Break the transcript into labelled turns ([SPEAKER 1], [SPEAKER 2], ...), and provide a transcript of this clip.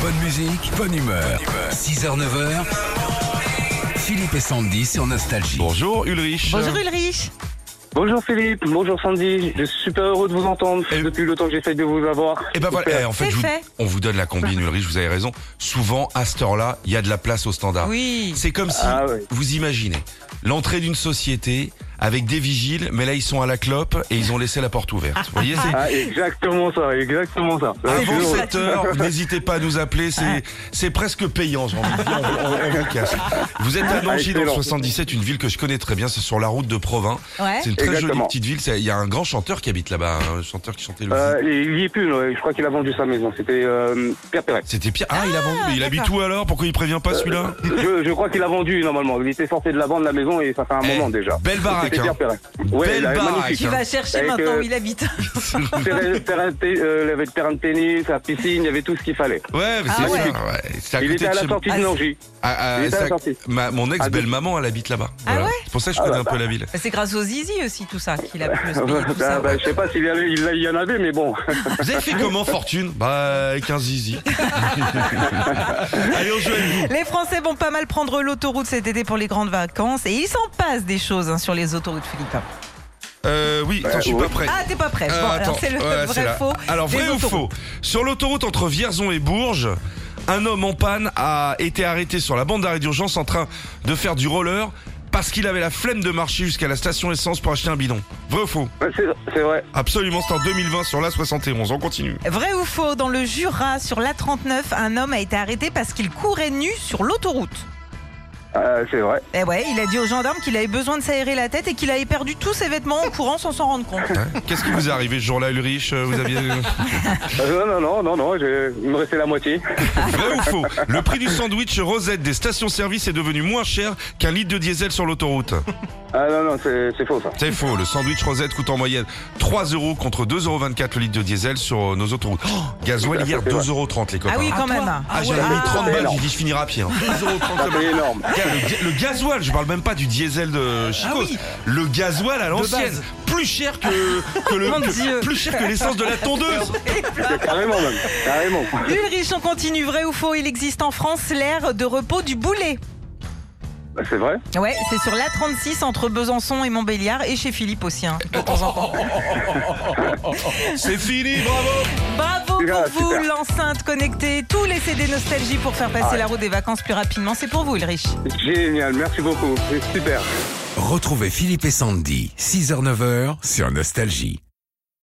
[SPEAKER 1] Bonne musique, bonne humeur. 6h, 9h. Philippe et Sandy sur Nostalgie.
[SPEAKER 2] Bonjour Ulrich.
[SPEAKER 3] Bonjour Ulrich.
[SPEAKER 4] Bonjour Philippe, bonjour Sandy, je suis super heureux de vous entendre
[SPEAKER 2] Et-
[SPEAKER 4] depuis le temps que j'essaye de vous avoir.
[SPEAKER 2] Et ben voilà,
[SPEAKER 4] Super.
[SPEAKER 2] eh, en fait,
[SPEAKER 3] C'est
[SPEAKER 2] je vous-
[SPEAKER 3] fait.
[SPEAKER 2] on vous donne la combine Ulrich, vous avez raison. Souvent, à cette heure-là, il y a de la place au standard.
[SPEAKER 3] Oui.
[SPEAKER 2] C'est comme si,
[SPEAKER 4] Ah ouais.
[SPEAKER 2] vous imaginez, l'entrée d'une société avec des vigiles, mais là ils sont à la clope et ils ont laissé la porte ouverte. Vous voyez, c'est...
[SPEAKER 4] Ah, exactement ça, exactement ça. Ah, je suis
[SPEAKER 2] Avant
[SPEAKER 4] heureux.
[SPEAKER 2] 7 heures, n'hésitez pas à nous appeler, c'est,
[SPEAKER 3] Ah.
[SPEAKER 2] c'est presque payant, j'ai envie de dire, on, on- on vous cache. Vous êtes à Nancy dans le
[SPEAKER 4] Ah, Excellent.
[SPEAKER 2] 77, une ville que je connais très bien, c'est sur la route de Provins.
[SPEAKER 3] Ouais.
[SPEAKER 2] C'est une très jolie
[SPEAKER 4] Exactement.
[SPEAKER 2] petite ville, c'est- il y a un grand chanteur qui habite là-bas, un chanteur qui chantait le
[SPEAKER 4] Euh, il y est plus, ouais, je crois qu'il a vendu sa maison, c'était euh, Pierre Perret.
[SPEAKER 2] C'était Pierre. Ah, il a vendu. Mais il habite
[SPEAKER 3] d'accord.
[SPEAKER 2] où alors Pourquoi il prévient
[SPEAKER 4] Euh,
[SPEAKER 2] pas celui-là
[SPEAKER 4] Je, je crois qu'il a vendu normalement, il était sorti de la bande de la maison et ça fait un
[SPEAKER 2] Eh,
[SPEAKER 4] moment déjà.
[SPEAKER 2] Belle baraque.
[SPEAKER 4] C'était
[SPEAKER 2] hein.
[SPEAKER 4] Pierre Perret. Ouais,
[SPEAKER 2] Belle
[SPEAKER 4] il a-
[SPEAKER 2] baraque.
[SPEAKER 4] magnifique.
[SPEAKER 3] Qui va chercher
[SPEAKER 4] Avec,
[SPEAKER 3] maintenant
[SPEAKER 4] euh,
[SPEAKER 3] où il habite Bah,
[SPEAKER 4] Terrain- terrain de té- euh, Il avait le terrain de tennis, la piscine, il y avait tout ce qu'il fallait.
[SPEAKER 2] Ouais, mais
[SPEAKER 3] Ah
[SPEAKER 2] c'est
[SPEAKER 3] ouais.
[SPEAKER 2] ça. ouais. C'est à
[SPEAKER 4] Il
[SPEAKER 2] côté
[SPEAKER 4] était à
[SPEAKER 2] de
[SPEAKER 4] la
[SPEAKER 2] chez-
[SPEAKER 4] sortie
[SPEAKER 3] Ah,
[SPEAKER 4] de Nangy.
[SPEAKER 2] Ah, ah,
[SPEAKER 4] il était à
[SPEAKER 2] c'est
[SPEAKER 4] la
[SPEAKER 2] à-
[SPEAKER 4] sortie.
[SPEAKER 2] ma- mon
[SPEAKER 4] Ah, de-
[SPEAKER 2] ex-belle-maman, elle habite là-bas.
[SPEAKER 3] Ah ouais
[SPEAKER 2] C'est pour ça que je
[SPEAKER 4] Ah
[SPEAKER 2] connais
[SPEAKER 4] bah,
[SPEAKER 2] un peu la ville.
[SPEAKER 3] C'est grâce aux Zizi aussi tout ça qu'il a pu se payer tout
[SPEAKER 4] Bah,
[SPEAKER 3] ça.
[SPEAKER 4] bah, je sais pas s'il y, avait- il y en avait, mais bon.
[SPEAKER 2] Vous avez fait comment, Fortune Bah, avec un zizi. Allez, on joue avec vous.
[SPEAKER 3] Les Français vont pas mal prendre l'autoroute cet été pour les grandes vacances et il s'en passe des choses hein, sur les autoroutes, Philippe.
[SPEAKER 2] Euh, oui, attends, je suis pas prêt.
[SPEAKER 3] Ah, t'es pas prêt. Bon,
[SPEAKER 2] Euh,
[SPEAKER 3] alors
[SPEAKER 2] attends,
[SPEAKER 3] c'est le
[SPEAKER 2] ouais, c'est
[SPEAKER 3] vrai
[SPEAKER 2] là.
[SPEAKER 3] faux.
[SPEAKER 2] Alors,
[SPEAKER 3] des
[SPEAKER 2] vrai ou faux
[SPEAKER 3] autoroutes.
[SPEAKER 2] Sur l'autoroute entre Vierzon et Bourges, un homme en panne a été arrêté sur la bande d'arrêt d'urgence en train de faire du roller parce qu'il avait la flemme de marcher jusqu'à la station essence pour acheter un bidon. Vrai ou faux
[SPEAKER 4] Ouais, C'est c'est vrai.
[SPEAKER 2] Absolument, c'est en 2020 sur l'A71. On continue.
[SPEAKER 3] Vrai ou faux Dans le Jura, sur l'A39, un homme a été arrêté parce qu'il courait nu sur l'autoroute.
[SPEAKER 4] Euh, c'est vrai.
[SPEAKER 3] Eh ouais, il a dit aux gendarmes qu'il avait besoin de s'aérer la tête et qu'il avait perdu tous ses vêtements en courant sans s'en rendre compte.
[SPEAKER 2] Hein Qu'est-ce qui vous est arrivé ce jour-là, Ulrich Euh, Vous aviez...
[SPEAKER 4] Euh, non, non, non, non, je- il me restait la moitié.
[SPEAKER 2] Vrai ou faux Le prix du sandwich Rosette des stations-service est devenu moins cher qu'un litre de diesel sur l'autoroute.
[SPEAKER 4] Ah non, non, c'est c'est faux ça.
[SPEAKER 2] C'est faux, le sandwich Rosette coûte en moyenne 3 euros contre 2,24 euros le litre de diesel sur nos autoroutes. Oh, gasoil hier 2,30 euros les copains.
[SPEAKER 3] Ah oui, quand même.
[SPEAKER 2] Ah, j'avais mis 30 balles, j'ai dit je finirai à pied. hein. 2,30
[SPEAKER 4] Ah,
[SPEAKER 2] euros.
[SPEAKER 4] c'est énorme.
[SPEAKER 2] Le, di- le gasoil, je parle même pas du diesel
[SPEAKER 3] Ah
[SPEAKER 2] de Chico. Le gasoil à l'ancienne, plus cher que, que le
[SPEAKER 3] Mon
[SPEAKER 2] que-
[SPEAKER 3] Dieu.
[SPEAKER 2] plus cher que l'essence de la tondeuse.
[SPEAKER 4] Carrément même. Carrément.
[SPEAKER 3] Ulrich, on continue. Vrai ou faux Il existe en France l'aire de repos du Boulet.
[SPEAKER 4] Bah, C'est vrai.
[SPEAKER 3] Ouais, c'est sur l'A36 entre Besançon et Montbéliard et chez Philippe aussi. hein, de temps en temps.
[SPEAKER 2] C'est fini, bravo.
[SPEAKER 3] Bravo pour
[SPEAKER 4] Ah,
[SPEAKER 3] vous,
[SPEAKER 4] super.
[SPEAKER 3] l'enceinte connectée, tous les CD nostalgie pour faire passer la route des vacances plus rapidement. C'est pour vous, Ulrich.
[SPEAKER 4] Génial. Merci beaucoup. C'est super.
[SPEAKER 1] Retrouvez Philippe et Sandy, 6h, 9h sur Nostalgie.